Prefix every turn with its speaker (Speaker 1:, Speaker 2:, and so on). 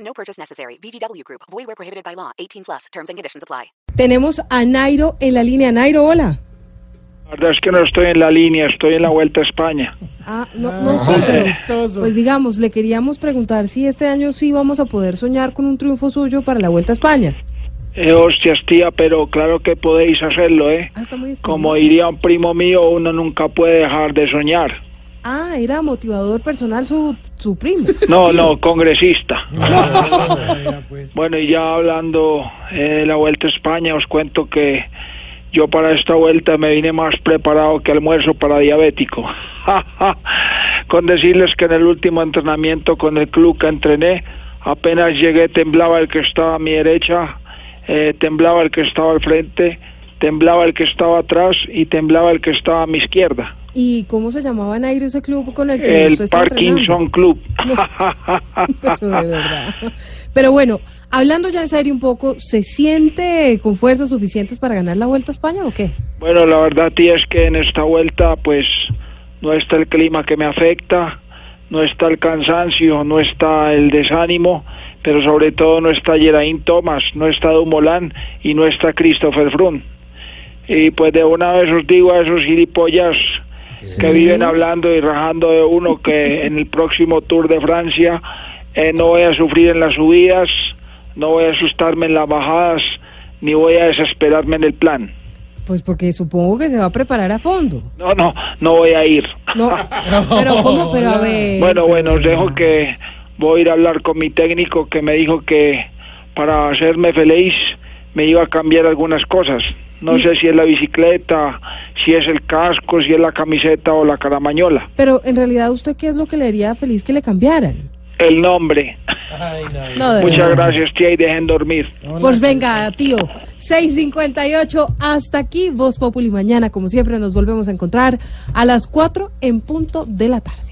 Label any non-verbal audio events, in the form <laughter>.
Speaker 1: No purchase necessary. VGW Group. Void where prohibited by law. 18 plus. Terms and conditions apply.
Speaker 2: Tenemos a Nairo en la línea. Nairo, hola.
Speaker 3: La verdad es que no estoy en la línea, estoy en la Vuelta a España.
Speaker 2: Ah, no, no sé, pero, pues digamos, le queríamos preguntar si este año sí vamos a poder soñar con un triunfo suyo para la Vuelta a España.
Speaker 3: Eh, hostias, tía, pero claro que podéis hacerlo, ¿eh?
Speaker 2: Ah, está muy disponible.
Speaker 3: Como diría un primo mío, uno nunca puede dejar de soñar.
Speaker 2: Ah, era motivador personal su, su primo.
Speaker 3: <laughs> No, no,
Speaker 2: <laughs>
Speaker 3: congresista.
Speaker 2: Ah, pues.
Speaker 3: Bueno, y ya hablando eh, de la Vuelta a España, os cuento que yo para esta vuelta me vine más preparado que almuerzo para diabético. <laughs> Ja, ja. con decirles que en el último entrenamiento con el club que entrené, apenas llegué temblaba el que estaba a mi derecha, eh, temblaba el que estaba al frente, temblaba el que estaba atrás y temblaba el que estaba a mi izquierda.
Speaker 2: ¿Y cómo se llamaba Nairo ese club con el que
Speaker 3: El
Speaker 2: usted está
Speaker 3: <laughs> Parkinson Club.
Speaker 2: entrenando? <laughs> Pero de verdad. Pero bueno, hablando ya en serio un poco, ¿se siente con fuerzas suficientes para ganar la Vuelta a España o qué?
Speaker 3: Bueno, la verdad, tía, es que en esta vuelta, pues, no está el clima que me afecta, no está el cansancio, no está el desánimo, pero sobre todo no está Geraint Thomas, no está Dumoulin y no está Christopher Froome. Y pues de una vez os digo a esos gilipollas que viven hablando y rajando de uno que en el próximo Tour de Francia eh, no voy a sufrir en las subidas, no voy a asustarme en las bajadas, ni voy a desesperarme en el plan.
Speaker 2: Pues porque supongo que se va a preparar a fondo.
Speaker 3: No, no, no voy a ir.
Speaker 2: <laughs> No, pero ¿cómo? Pero a ver.
Speaker 3: Bueno,
Speaker 2: pero
Speaker 3: bueno,
Speaker 2: de
Speaker 3: os dejo
Speaker 2: verdad.
Speaker 3: que voy a ir a hablar con mi técnico que me dijo que para hacerme feliz me iba a cambiar algunas cosas. No sé si es la bicicleta, si es el casco, si es la camiseta o la caramañola.
Speaker 2: Pero en realidad, ¿usted qué es lo que le haría feliz que le cambiaran?
Speaker 3: El nombre.
Speaker 2: No, de
Speaker 3: Muchas
Speaker 2: verdad.
Speaker 3: gracias, tía, y dejen dormir.
Speaker 2: Pues venga, tío. 6.58. Hasta aquí, Voz Populi. Mañana, como siempre, nos volvemos a encontrar a las 4 en punto de la tarde.